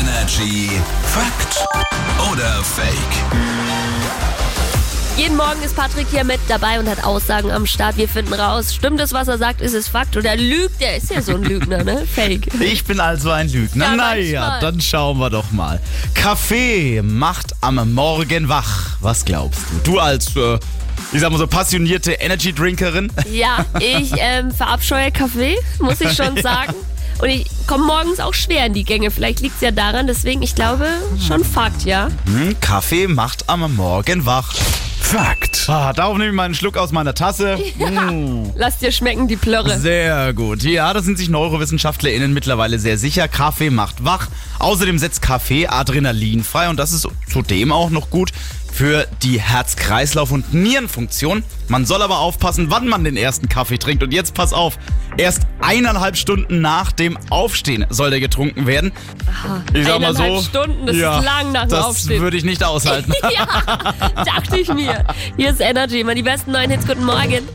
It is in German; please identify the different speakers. Speaker 1: Energy Fakt oder Fake?
Speaker 2: Jeden Morgen ist Patrick hier mit dabei und hat Aussagen am Start. Wir finden raus, stimmt es, was er sagt, ist es Fakt oder lügt er? Ist ja so ein Lügner, ne? Fake.
Speaker 3: Ich bin also ein Lügner.
Speaker 2: Ja,
Speaker 3: naja,
Speaker 2: manchmal.
Speaker 3: dann schauen wir doch mal. Kaffee macht am Morgen wach. Was glaubst du? Du als, äh, ich sag mal so, passionierte Energy-Drinkerin?
Speaker 2: Ja, ich ähm, verabscheue Kaffee, muss ich schon sagen. Und ich komme morgens auch schwer in die Gänge. Vielleicht liegt es ja daran, deswegen, ich glaube, schon Fakt, ja.
Speaker 3: Hm, Kaffee macht am Morgen wach.
Speaker 1: Fakt.
Speaker 3: Ah, darauf nehme ich mal einen Schluck aus meiner Tasse. Mm.
Speaker 2: Lass dir schmecken, die Plörre.
Speaker 3: Sehr gut. Ja, da sind sich NeurowissenschaftlerInnen mittlerweile sehr sicher. Kaffee macht wach. Außerdem setzt Kaffee Adrenalin frei und das ist zudem auch noch gut für die Herz-Kreislauf- und Nierenfunktion. Man soll aber aufpassen, wann man den ersten Kaffee trinkt. Und jetzt pass auf, erst eineinhalb Stunden nach dem Aufstehen soll der getrunken werden. Ich sag mal so.
Speaker 2: Eineinhalb Stunden, das
Speaker 3: ja,
Speaker 2: ist lang nach dem
Speaker 3: das
Speaker 2: Aufstehen.
Speaker 3: würde ich nicht aushalten.
Speaker 2: ja, dachte ich mir. Hier ist Energy, immer die besten neuen Hits. Guten Morgen.